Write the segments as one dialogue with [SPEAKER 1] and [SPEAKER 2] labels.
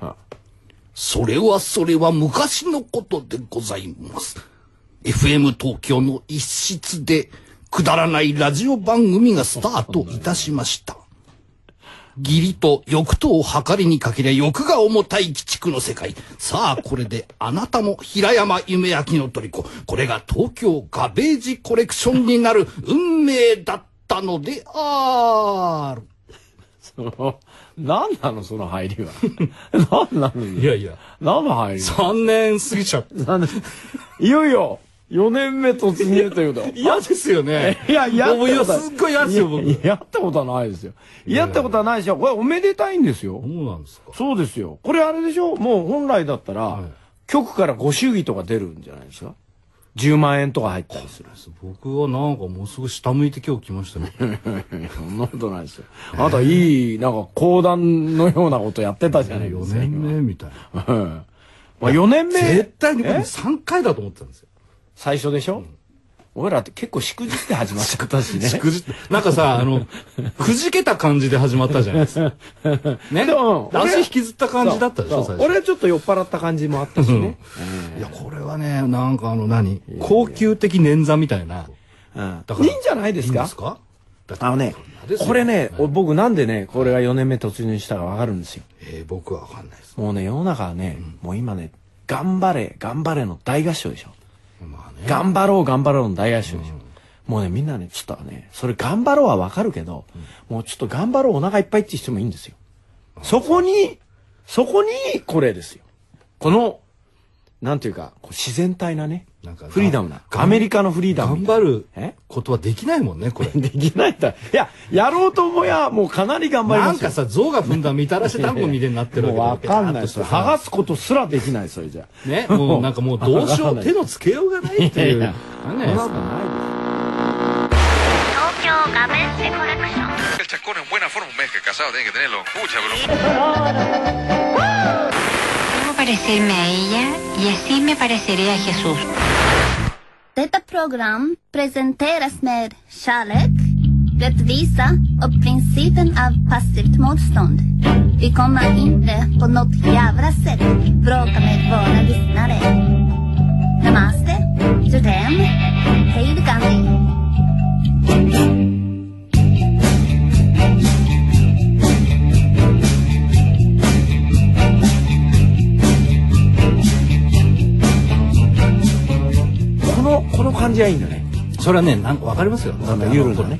[SPEAKER 1] あそれはそれは昔のことでございます FM 東京の一室でくだらないラジオ番組がスタートいたしました義理と欲とを計りにかけりゃ欲が重たい鬼畜の世界さあこれであなたも平山夢明の虜これが東京ガベージコレクションになる運命だったのである
[SPEAKER 2] その、 何なのその入りは。 何なの
[SPEAKER 3] いやいや、
[SPEAKER 2] 何の入り
[SPEAKER 3] 3年過ぎちゃった。
[SPEAKER 2] なんでいよいよ、4年目突入ということ。
[SPEAKER 3] 嫌ですよね。
[SPEAKER 2] いや、やった
[SPEAKER 3] もう
[SPEAKER 2] ことは
[SPEAKER 3] すっごい嫌ですよ、僕。
[SPEAKER 2] やったことはないですよ。やったことはないし、これおめでたいんですよ。
[SPEAKER 3] そうなんですか。
[SPEAKER 2] そうですよ。これあれでしょもう本来だったら、局からご祝儀とか出るんじゃないですか ?10 万円とか入ったりする。
[SPEAKER 3] 僕はなんかもうすぐ下向いて今日来ましたね。
[SPEAKER 2] そんなことないですよ。あなたいい、なんか講談のようなことやってたじゃないで
[SPEAKER 3] 4
[SPEAKER 2] すか。
[SPEAKER 3] 年目みたい な。
[SPEAKER 2] うんまあ4年目
[SPEAKER 3] 絶対にこれ
[SPEAKER 2] え
[SPEAKER 3] 3回だと思ってたんですよ。
[SPEAKER 2] 最初でしょ、俺らって結構しくじって始まっちゃったしね。
[SPEAKER 3] くじなんかさ、あの、くじけた感じで始まったじゃないです か。ね。
[SPEAKER 2] でも
[SPEAKER 3] 足引きずった感じだったでしょ、
[SPEAKER 2] そう
[SPEAKER 3] 最
[SPEAKER 2] 俺
[SPEAKER 3] 初。
[SPEAKER 2] はちょっと酔っ払った感じもあったしね。
[SPEAKER 3] いや、これはね、なんかあの何、高級的捻挫みたいな。
[SPEAKER 2] うん
[SPEAKER 3] だから
[SPEAKER 2] いいんじゃないです
[SPEAKER 3] いいん
[SPEAKER 2] か
[SPEAKER 3] ですかだって
[SPEAKER 2] あのね
[SPEAKER 3] で、すよ
[SPEAKER 2] これね、お僕なんでね、これが4年目突入したかわかるんですよ。
[SPEAKER 3] えー僕はわかんないです。
[SPEAKER 2] もうね、世の中はね、もう今ね、頑張れ、頑張れの大合唱でしょ。
[SPEAKER 3] まあね。
[SPEAKER 2] 頑張ろう、頑張ろうの大合唱でしょ。もうね、みんなね、ちょっとね、それ頑張ろうはわかるけど、もうちょっと頑張ろうお腹いっぱいってしてもいいんですよ。そこに、そこに、これですよ。この、なんていうか、こう自然体なね
[SPEAKER 3] なんか、
[SPEAKER 2] フリーダムな、
[SPEAKER 3] が
[SPEAKER 2] アメリカのフリーダム
[SPEAKER 3] 頑
[SPEAKER 2] みたいな。
[SPEAKER 3] 張る
[SPEAKER 2] え
[SPEAKER 3] ことはできないもんね、これ。
[SPEAKER 2] できないんだ。いや、やろうと思や、もうかなり頑張り
[SPEAKER 3] な
[SPEAKER 2] ま
[SPEAKER 3] ん
[SPEAKER 2] すよ
[SPEAKER 3] か。さ、象が踏んだみたらし団子みたいになってる
[SPEAKER 2] もうわ
[SPEAKER 3] わけだ
[SPEAKER 2] か
[SPEAKER 3] よ
[SPEAKER 2] んないです
[SPEAKER 3] ペ
[SPEAKER 2] よ。
[SPEAKER 3] タッとした
[SPEAKER 2] 剥がすことすらできない、それじゃ。
[SPEAKER 3] ね、もうなんかもうどうしよ
[SPEAKER 2] わかんな
[SPEAKER 3] う、
[SPEAKER 2] い
[SPEAKER 3] 手のつけようがないっていう。
[SPEAKER 2] いやいや
[SPEAKER 3] なんじゃない
[SPEAKER 2] そんなこ
[SPEAKER 3] です
[SPEAKER 2] と
[SPEAKER 3] か
[SPEAKER 2] ないです
[SPEAKER 4] 東京ガベッセコレクション
[SPEAKER 5] El chascón en buena forma, un mes que casado tiene que tenerlo. Pucha, pero...
[SPEAKER 6] Debo parecerme a ella y así me pareceré a Jesús.
[SPEAKER 7] Detta program presenteras med kärlek, rättvisa och principen av passivt motstånd. Vi kommer inte på något jävla sätt bråka med våra lyssnare. Namaste, Jodem, hej då, Gandhi.
[SPEAKER 2] この、この感じがいいんだね。
[SPEAKER 3] それはね、なんかわかりますよ。
[SPEAKER 2] んかユーロのね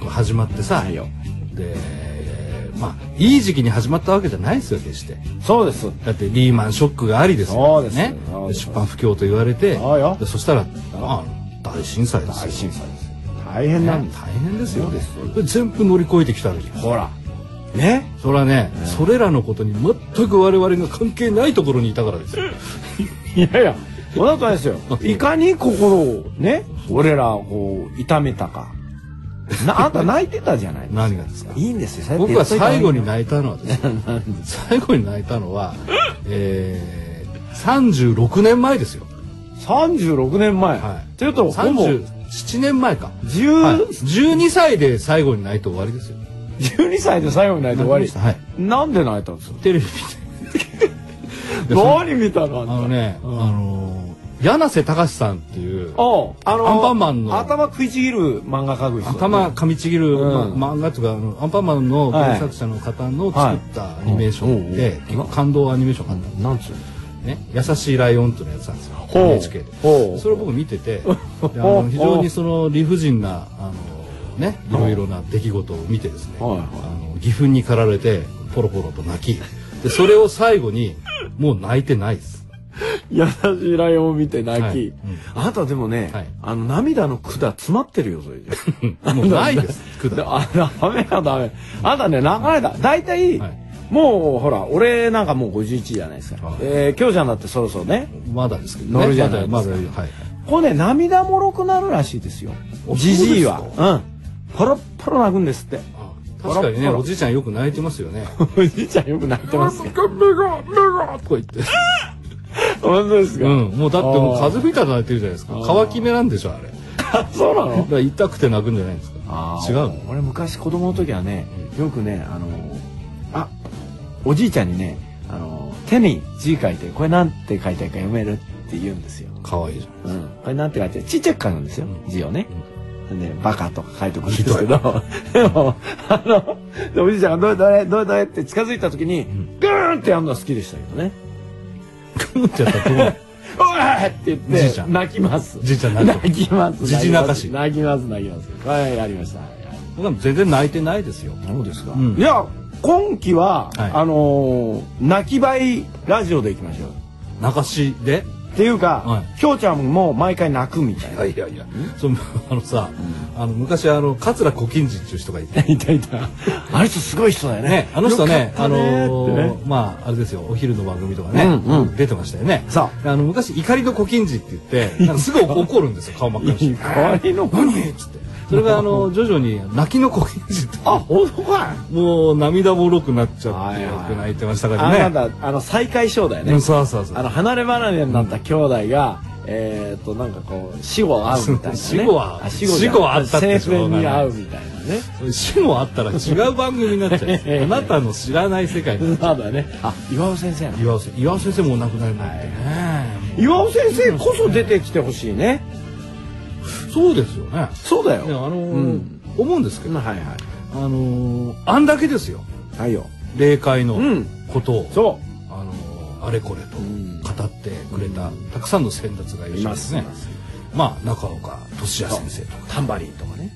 [SPEAKER 3] こう始まってさ、
[SPEAKER 2] はいよ
[SPEAKER 3] で、まあ、いい時期に始まったわけじゃないですよ、決して。
[SPEAKER 2] そうです。
[SPEAKER 3] だってリーマンショックがありですよ
[SPEAKER 2] そうです
[SPEAKER 3] ね
[SPEAKER 2] そう。です
[SPEAKER 3] 出版不況と言われて、
[SPEAKER 2] そうよ
[SPEAKER 3] でそしたら、あ大震災です
[SPEAKER 2] 査
[SPEAKER 3] よ。
[SPEAKER 2] です。大変なん
[SPEAKER 3] ね
[SPEAKER 2] です。
[SPEAKER 3] 大変ですよ。
[SPEAKER 2] そうですよ
[SPEAKER 3] で全部乗り越えてきたわけじゃん。
[SPEAKER 2] ほら。ね。
[SPEAKER 3] それはね、それらのことに全く我々が関係ないところにいたからですよ。
[SPEAKER 2] いやいや、そうだったんです よ。いかに心をね、俺らをこう、痛めたか。な、 あんた泣いてたじゃないですか。
[SPEAKER 3] 何がですか
[SPEAKER 2] いいんですよ。そうやって
[SPEAKER 3] 僕
[SPEAKER 2] 言
[SPEAKER 3] は
[SPEAKER 2] っといた方がい
[SPEAKER 3] 最
[SPEAKER 2] い
[SPEAKER 3] 後に泣いたのはですね最後に泣いたのは、えー、36年前ですよ、
[SPEAKER 2] 36年前。
[SPEAKER 3] はい、
[SPEAKER 2] というと、ほぼ、
[SPEAKER 3] 37年前か、
[SPEAKER 2] 10
[SPEAKER 3] はい、12歳で最後に泣いて終わりですよ
[SPEAKER 2] 12歳で最後に泣いて終わり。
[SPEAKER 3] はい
[SPEAKER 2] なんで泣いたんですか
[SPEAKER 3] テレビで
[SPEAKER 2] 何見たのあん
[SPEAKER 3] あ
[SPEAKER 2] た
[SPEAKER 3] のね、あのー柳瀬隆さんっていう
[SPEAKER 2] おうあの
[SPEAKER 3] アンパンマンの
[SPEAKER 2] 頭食いちぎる漫画家具
[SPEAKER 3] 頭噛みちぎる、
[SPEAKER 2] うん
[SPEAKER 3] ま漫画とかあのアンパンマンの原作者の方の作ったアニメーションで、
[SPEAKER 2] はい
[SPEAKER 3] 結構感動アニメーションがあったんですよ
[SPEAKER 2] なんつうの
[SPEAKER 3] ね、優しいライオンっていうのやつなんですよ
[SPEAKER 2] う
[SPEAKER 3] NHK
[SPEAKER 2] ほ
[SPEAKER 3] で
[SPEAKER 2] う
[SPEAKER 3] それを僕見 てて
[SPEAKER 2] ほう
[SPEAKER 3] であの非常にその理不尽なあのねいろいろな出来事を見てですねあ
[SPEAKER 2] はいはい
[SPEAKER 3] の義憤に駆られてポロポロと泣きでそれを最後にもう泣いてないです
[SPEAKER 2] 優しいライオンを見て泣き、
[SPEAKER 3] はいうん
[SPEAKER 2] あなたでもね、
[SPEAKER 3] はい
[SPEAKER 2] あの涙の管詰まってるよそれじゃ
[SPEAKER 3] もうないです管
[SPEAKER 2] あダメだダメあなたね泣かないだ大体、
[SPEAKER 3] はい
[SPEAKER 2] もうほら俺なんかもう51じゃないですか、
[SPEAKER 3] はい
[SPEAKER 2] えー、京ちゃんだってそろそろね
[SPEAKER 3] まだですけどね
[SPEAKER 2] 乗るじゃないですか
[SPEAKER 3] まだまだはい
[SPEAKER 2] これね涙もろくなるらしいですよ
[SPEAKER 3] お
[SPEAKER 2] じじいは
[SPEAKER 3] そうです
[SPEAKER 2] うんポロッポロ泣くんですって
[SPEAKER 3] あ確かにね
[SPEAKER 2] ほら
[SPEAKER 3] おじいちゃんよく泣いてます よね
[SPEAKER 2] おじいちゃんよく泣いてます けど
[SPEAKER 3] とか言って
[SPEAKER 2] 本当ですか、
[SPEAKER 3] うんもうだってもう風吹いたら泣いてるじゃないですか乾き目なんでしょあれだか
[SPEAKER 2] あそうなの
[SPEAKER 3] ら痛くて泣くんじゃないんですか
[SPEAKER 2] あー
[SPEAKER 3] 違うの
[SPEAKER 2] 俺昔子供の時はねよくねあのあおじいちゃんにねあの手に字書いて、これなんて書いてあるか読めるって言うんですよ。
[SPEAKER 3] かわいいじゃん。
[SPEAKER 2] うん。これなんて書いてあるちっちゃく書くんですよ、字をね。で、バカとか書いてくるんですけど、 でも、あの、でおじいちゃんがどれどれどれどれって近づいた時に、グーンってやるのは好きでしたけどね。
[SPEAKER 3] 食っちゃったと思う。
[SPEAKER 2] うわーって言って、
[SPEAKER 3] じいちゃん
[SPEAKER 2] 泣きます。
[SPEAKER 3] じいちゃん泣く
[SPEAKER 2] 泣きます。
[SPEAKER 3] じじ泣かし
[SPEAKER 2] 泣きます、泣きます。はい、やりました。はい
[SPEAKER 3] 僕は全然泣いてないですよ。
[SPEAKER 2] そうですか。
[SPEAKER 3] ん
[SPEAKER 2] いや、今期は、
[SPEAKER 3] はい
[SPEAKER 2] あのー泣きばいラジオでいきましょう。
[SPEAKER 3] 泣かしで。
[SPEAKER 2] っていうか、
[SPEAKER 3] は
[SPEAKER 2] きょうちゃんも毎回泣くみ たいな。
[SPEAKER 3] いやいや。そのあのさ、あの昔あの桂小金治っていう人がいて。
[SPEAKER 2] いたいた。あの人すごい人だよね。
[SPEAKER 3] ね、あの人ね
[SPEAKER 2] よ、か
[SPEAKER 3] あ
[SPEAKER 2] ったねー
[SPEAKER 3] の
[SPEAKER 2] ってね
[SPEAKER 3] ーまああれですよ、お昼の番組とかね、
[SPEAKER 2] うんう
[SPEAKER 3] 出てましたよね。
[SPEAKER 2] そ
[SPEAKER 3] あの昔怒りの小金治って言 って、なんかすぐ怒るんですよ、顔真っ赤にして。
[SPEAKER 2] 代わりの
[SPEAKER 3] 何っつって。それがあの徐々に泣きの小金治って、
[SPEAKER 2] あ、本当かい。
[SPEAKER 3] もう涙もろくなっちゃって、
[SPEAKER 2] はいはい
[SPEAKER 3] よく泣いてましたか
[SPEAKER 2] あ、な
[SPEAKER 3] ら
[SPEAKER 2] ん
[SPEAKER 3] ね。
[SPEAKER 2] だ、あの再会賞だよね。
[SPEAKER 3] うんそうそうそう
[SPEAKER 2] あの離れ離れになった兄弟が、えっ、と、なんかこう、死後会うみたいな、ね。
[SPEAKER 3] 死後は
[SPEAKER 2] あ死後じゃない
[SPEAKER 3] 死後は会ったって
[SPEAKER 2] 生
[SPEAKER 3] しょう
[SPEAKER 2] 前
[SPEAKER 3] がない
[SPEAKER 2] に会うみたいなね。
[SPEAKER 3] 死後あったら違う番組になっちゃう。 あなたの知らない世界になっちゃ
[SPEAKER 2] そうだね。あ、岩尾先生な
[SPEAKER 3] う。岩尾先生、岩尾先生もうお亡くなりになってね。
[SPEAKER 2] 岩尾先生こそ出てきてほしいね。
[SPEAKER 3] そうですよね。ね
[SPEAKER 2] そうだよ。
[SPEAKER 3] あのー
[SPEAKER 2] うん
[SPEAKER 3] 思うんですけ
[SPEAKER 2] うん
[SPEAKER 3] ど、
[SPEAKER 2] はいは
[SPEAKER 3] あのーあんだけですよ。
[SPEAKER 2] い。はいよ。
[SPEAKER 3] 霊界の
[SPEAKER 2] うん
[SPEAKER 3] ことを、
[SPEAKER 2] そ
[SPEAKER 3] あのあれこれと
[SPEAKER 2] ん
[SPEAKER 3] 語ってくれた、たくさんの先達がいらっしゃるんです
[SPEAKER 2] い
[SPEAKER 3] ね
[SPEAKER 2] ま。
[SPEAKER 3] まあ中岡俊也先生と
[SPEAKER 2] う。
[SPEAKER 3] か
[SPEAKER 2] タンバリンとかね。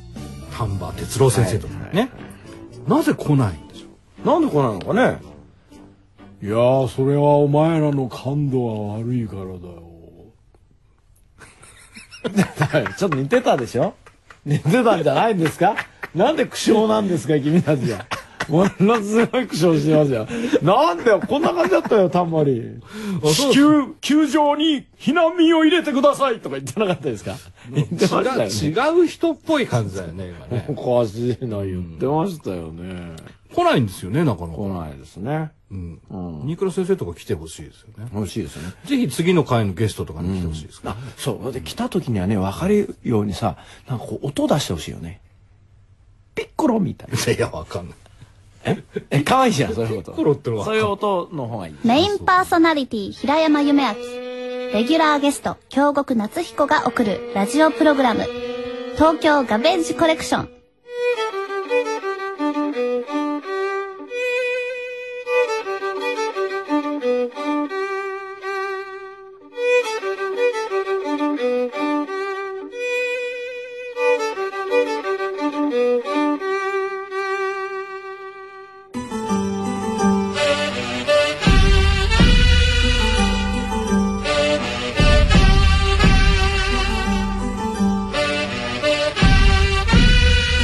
[SPEAKER 3] 丹波哲郎先生とかね、
[SPEAKER 2] はいはい
[SPEAKER 3] なぜ来ないんでしょう
[SPEAKER 2] なんでこうなのかね。いやー、それはお前らの感度は悪いからだ よ。ちょっと似てたでしょ似てたんじゃないんですかなんで苦笑なんですか君たちは。ものすごい苦笑してますよ。なんだよ、こんな感じだったよ、たんまり。
[SPEAKER 3] そ
[SPEAKER 2] 地
[SPEAKER 3] う
[SPEAKER 2] 球、球場に避難民を入れてくださいとか言ってなかったですか言ってましたよね。
[SPEAKER 3] 違う違う人っぽい感じだよ ね今ね
[SPEAKER 2] おかしいな、言ってましたよね。
[SPEAKER 3] 来ないんですよねなかなか
[SPEAKER 2] 来ないですね。
[SPEAKER 3] うん
[SPEAKER 2] うん
[SPEAKER 3] 新倉先生とか来てほしいですよね
[SPEAKER 2] 美味しいですね。
[SPEAKER 3] ぜひ次の回のゲストとかに来てほしいですか
[SPEAKER 2] あ、そう。で、来た時にはね、分かるようにさ、なんかこう、音出してほしいよね。ピッコロみたいな。
[SPEAKER 3] ら、いやわかんない
[SPEAKER 2] え、可愛いじゃん、そういうこと。
[SPEAKER 3] ピッコロってのは
[SPEAKER 2] そういう音の方がいい。
[SPEAKER 7] メインパーソナリティ平山夢明レギュラーゲスト京極夏彦が送るラジオプログラム東京ガベージコレクション
[SPEAKER 4] 「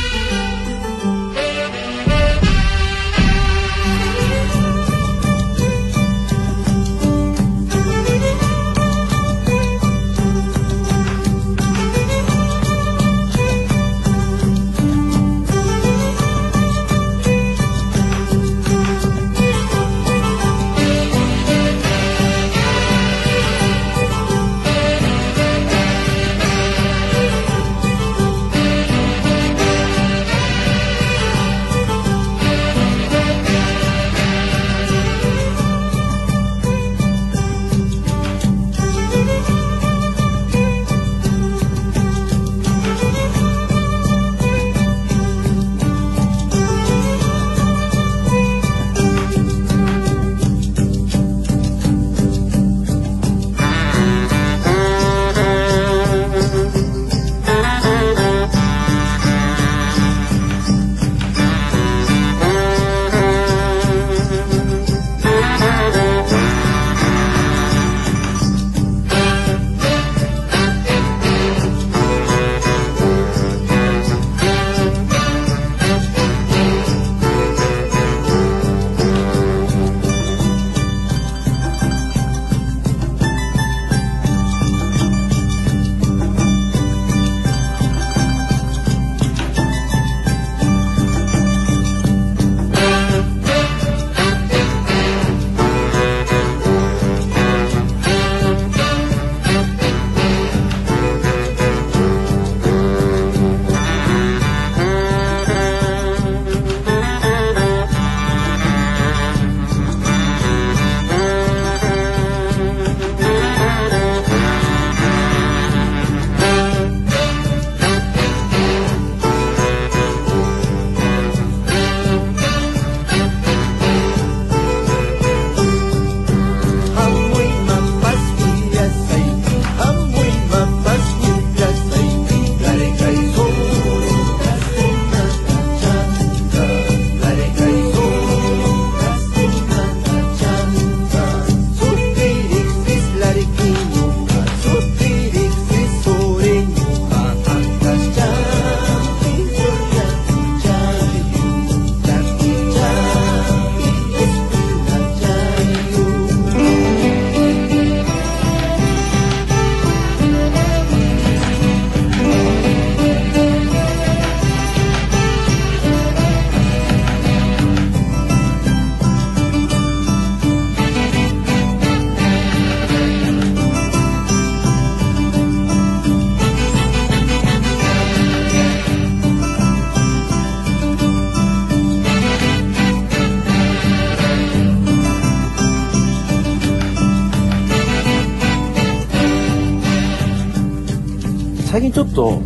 [SPEAKER 2] 最近ちょっと不思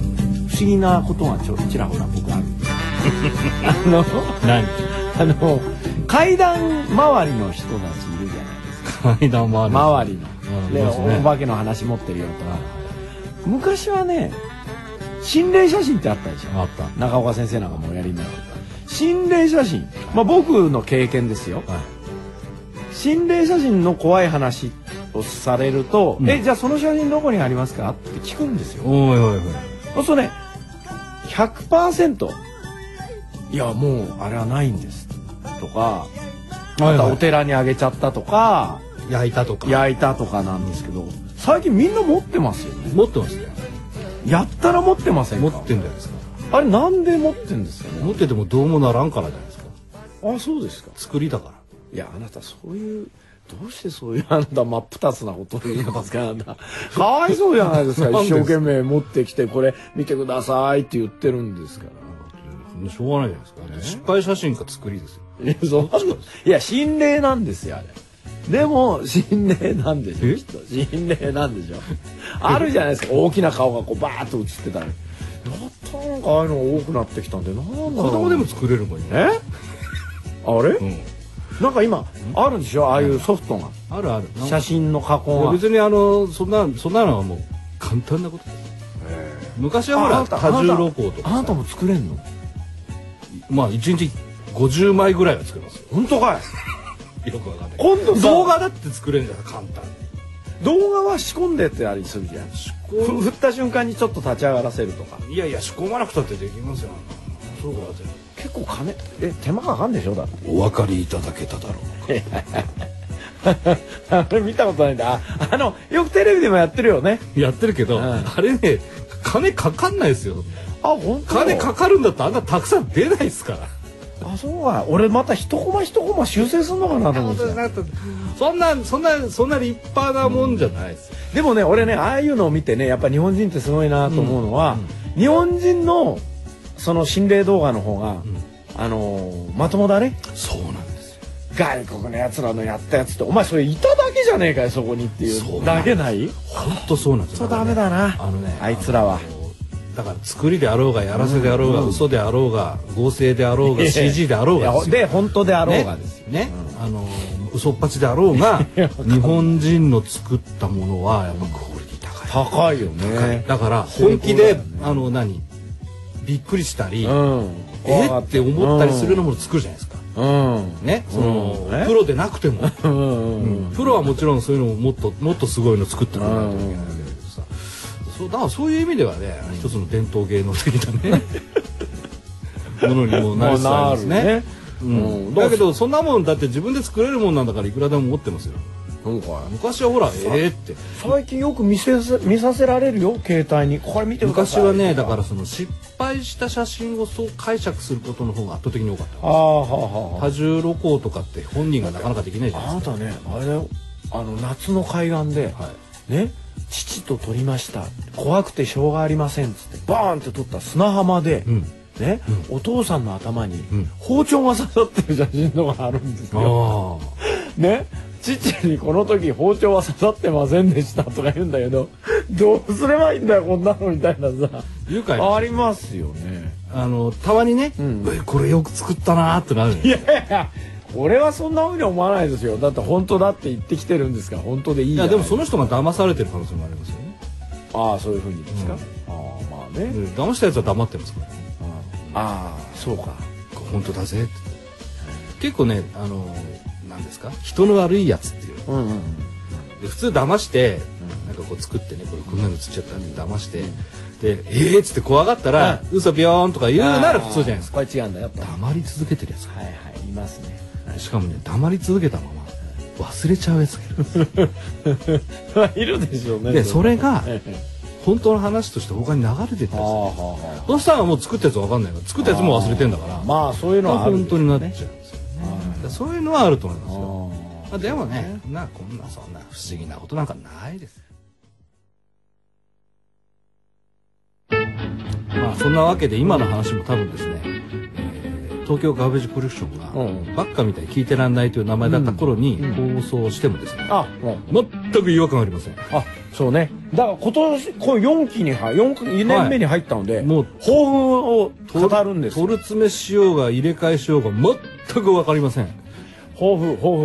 [SPEAKER 2] 議なことがちょちらほら僕あるあの
[SPEAKER 3] 何
[SPEAKER 2] あの階段周りの人たちいるじゃないですか
[SPEAKER 3] 階段もある
[SPEAKER 2] 周り
[SPEAKER 3] う
[SPEAKER 2] の、
[SPEAKER 3] ん
[SPEAKER 2] で
[SPEAKER 3] いますね
[SPEAKER 2] お化けの話持ってるよとか昔はね心霊写真ってあったでしょ
[SPEAKER 3] あった
[SPEAKER 2] 中岡先生なんかもおやりになる心霊写真、まあ、僕の経験ですよ、
[SPEAKER 3] はい
[SPEAKER 2] 心霊写真の怖い話をされると「えじゃあその写真どこにありますか?」って聞くんですよ
[SPEAKER 3] おいおいおい
[SPEAKER 2] そうするとね100%いやもうあれはないんですとかまたお寺にあげちゃったとか
[SPEAKER 3] 焼いたとか
[SPEAKER 2] 焼いたとかなんですけど最近みんな持ってますよね
[SPEAKER 3] 持ってますね
[SPEAKER 2] やったら持ってません
[SPEAKER 3] 持
[SPEAKER 2] か
[SPEAKER 3] ってんじゃないですか
[SPEAKER 2] あれなんで持ってんですかね
[SPEAKER 3] 持っててもどうもならんからじゃないですか
[SPEAKER 2] あそうですか
[SPEAKER 3] 作りだから
[SPEAKER 2] いやあなたそういうどうしてそういうあなた真っ二つなことを言いますかあ なたかわいそうじゃないですか
[SPEAKER 3] なん
[SPEAKER 2] 一
[SPEAKER 3] ですか
[SPEAKER 2] 生懸命持ってきてこれ見てくださいって言ってるんですから
[SPEAKER 3] しょうがないじゃないですか失敗写真か作りですよ
[SPEAKER 2] いや そんなのいや心霊なんですよあれでも心霊なんでしょ
[SPEAKER 3] え
[SPEAKER 2] きっと心霊なんでしょあるじゃないですか大きな顔がこうバーッと映ってたらやったなんかああいうのが多くなってきたんでなんだろう
[SPEAKER 3] 子供でも作れるもんね
[SPEAKER 2] えあれ、
[SPEAKER 3] ん
[SPEAKER 2] なんか今あるんでしょああいうソフトが
[SPEAKER 3] あるある
[SPEAKER 2] 写真の加
[SPEAKER 3] いや
[SPEAKER 2] 工が
[SPEAKER 3] 別にあのそんなそんなのはもう簡単なことです昔はほ
[SPEAKER 2] あ
[SPEAKER 3] ら
[SPEAKER 2] なた
[SPEAKER 3] 多重露光と
[SPEAKER 2] あなたあ
[SPEAKER 3] か
[SPEAKER 2] なたも作れんの
[SPEAKER 3] まあ一日50枚ぐらいは作れますよ
[SPEAKER 2] 本当かい
[SPEAKER 3] よくわかんない
[SPEAKER 2] 今度さ
[SPEAKER 3] 動画だって作れるんじゃない簡 単に
[SPEAKER 2] 動画は仕込んでってありするじゃん
[SPEAKER 3] 仕
[SPEAKER 2] ふ
[SPEAKER 3] 込
[SPEAKER 2] 振った瞬間にちょっと立ち上がらせるとか
[SPEAKER 3] むいやいや仕込まなくたってできますよあんなのそうか
[SPEAKER 2] 結構金え手間かかんでしょだって
[SPEAKER 1] お分かりいただけただろうか
[SPEAKER 2] あれ見たことないんだああのよくテレビでもやってるよね
[SPEAKER 3] やってるけど、
[SPEAKER 2] ん
[SPEAKER 3] あれね金かかんないですよ
[SPEAKER 2] あ本当
[SPEAKER 3] 金かかるんだったらあんなたくさん出ないですから
[SPEAKER 2] あそうか俺また一コマ一コマ修正するのかなと思ってた
[SPEAKER 3] そんなそんなそんな立派なもんじゃないですよ、
[SPEAKER 2] でもね俺ねああいうのを見てねやっぱ日本人ってすごいなと思うのは、日本人のその心霊動画の方が、あのーまともだね
[SPEAKER 1] そうなんですよ
[SPEAKER 2] 外国のやつらのやったやつってお前それいただけじゃねえかよそこにっていう
[SPEAKER 1] そう
[SPEAKER 2] だけない
[SPEAKER 3] ほんとそうなんです
[SPEAKER 2] そ
[SPEAKER 3] よ
[SPEAKER 2] うダメだな
[SPEAKER 3] あのね
[SPEAKER 2] あいつらは
[SPEAKER 3] だから作りであろうがやらせであろうが、嘘であろうが合成であろうが CG であろう
[SPEAKER 2] いや
[SPEAKER 3] がですよ
[SPEAKER 2] で本当であろうがですよ、
[SPEAKER 3] ね、あの嘘っぱちであろうが日本人の作ったものはやっぱクオリティ高い
[SPEAKER 2] 高いよね
[SPEAKER 3] だから
[SPEAKER 2] 成功
[SPEAKER 3] 本気で、
[SPEAKER 2] だよね
[SPEAKER 3] あの何びっくりしたり、
[SPEAKER 2] うん
[SPEAKER 3] えっって思ったりするのも作るじゃないですか、
[SPEAKER 2] うん
[SPEAKER 3] ねその、
[SPEAKER 2] うんね
[SPEAKER 3] プロでなくて も、
[SPEAKER 2] うんうんうん
[SPEAKER 3] プロはもちろんそういうのをもっともっとすごいの作ってもらわないといけないんだけどさ、そうだからそういう意味ではね一つの伝統芸能的なねものにもなりつつありますね。うん、だけどそんなもんだって自分で作れるもんなんだからいくらでも持ってますよ
[SPEAKER 2] なんか
[SPEAKER 3] 昔はほらええって
[SPEAKER 2] 最近よく見せす見させられるよ携帯にこれ見てくだ
[SPEAKER 3] 昔
[SPEAKER 2] さい
[SPEAKER 3] はねだからその失敗した写真をそう解釈することの方が圧倒的に多かった
[SPEAKER 2] ああはあは
[SPEAKER 3] 多重露光とかって本人がなかなかできないじゃな
[SPEAKER 2] あ
[SPEAKER 3] い
[SPEAKER 2] あ
[SPEAKER 3] で
[SPEAKER 2] なたねあれだよあの夏の海岸で、ね父と撮りました怖くてしょうがありませんっつってバーンって撮った砂浜で、
[SPEAKER 3] ん
[SPEAKER 2] ね、お父さんの頭に
[SPEAKER 3] ん
[SPEAKER 2] 包丁が刺さってる写真のがあるんです
[SPEAKER 3] すか
[SPEAKER 2] よ、
[SPEAKER 3] あ
[SPEAKER 2] ね父にこの時包丁は刺さってませんでしたとか言うんだけ どどうすればいいんだよこんなのみたいなさ
[SPEAKER 3] あ愉快
[SPEAKER 2] ありますよね
[SPEAKER 3] あのたまにね、えこれよく作ったなーってなるのよ
[SPEAKER 2] いやいや俺はそんなふうに思わないですよだって本当だって言ってきてるんですから本当でいい
[SPEAKER 3] い
[SPEAKER 2] じゃ
[SPEAKER 3] や
[SPEAKER 2] ない
[SPEAKER 3] でもその人が騙されてる可能性もありますよね、
[SPEAKER 2] ああそういうふうにですか、ああまあね、
[SPEAKER 3] うん騙したやつは黙ってますからね
[SPEAKER 2] ああそうか
[SPEAKER 3] これ本当だぜって結構ねあのなんですか人の悪いやつっていう
[SPEAKER 2] うんうん
[SPEAKER 3] で普通騙して、なんかこう作ってねこれこんなの映っちゃったんで騙して、で「えーっ!」つって怖がったら「嘘ビヨーン」とか言うなら普通じゃないですか
[SPEAKER 2] これ違うんだやっぱ
[SPEAKER 3] 黙り続けてるやつ
[SPEAKER 2] はいはいいますね
[SPEAKER 3] がしかもね黙り続けたまま忘れちゃうやつ がいるんですよ
[SPEAKER 2] いるでしょうね
[SPEAKER 3] でそれが
[SPEAKER 2] ええ
[SPEAKER 3] 本当の話として他に流れてったりす
[SPEAKER 2] ああ
[SPEAKER 3] る
[SPEAKER 2] はあは
[SPEAKER 3] そしたらもう作ったやつ分かんないから作ったやつも忘れてんだから
[SPEAKER 2] あまあそういうのはある
[SPEAKER 3] 本当になっちゃうんですよねだからそういうのはあると思いますよ
[SPEAKER 2] あ
[SPEAKER 3] まあでもねなこんなそんな不思議なことなんかないですまあそんなわけで今の話も多分ですね、えー東京ガーベージコレクションが、
[SPEAKER 2] う
[SPEAKER 3] バッカみたいに聞いてらんないという名前だった頃に放送してもですね、
[SPEAKER 2] あ、うん。
[SPEAKER 3] 全く違和感ありません
[SPEAKER 2] あ、そうね。だから今年、こう4期に入、4期、2年目に入ったので、
[SPEAKER 3] もう
[SPEAKER 2] 抱負を語るんですよ
[SPEAKER 3] トルツメしようが入れ替えしようが全く分かりません
[SPEAKER 2] 抱負、抱負。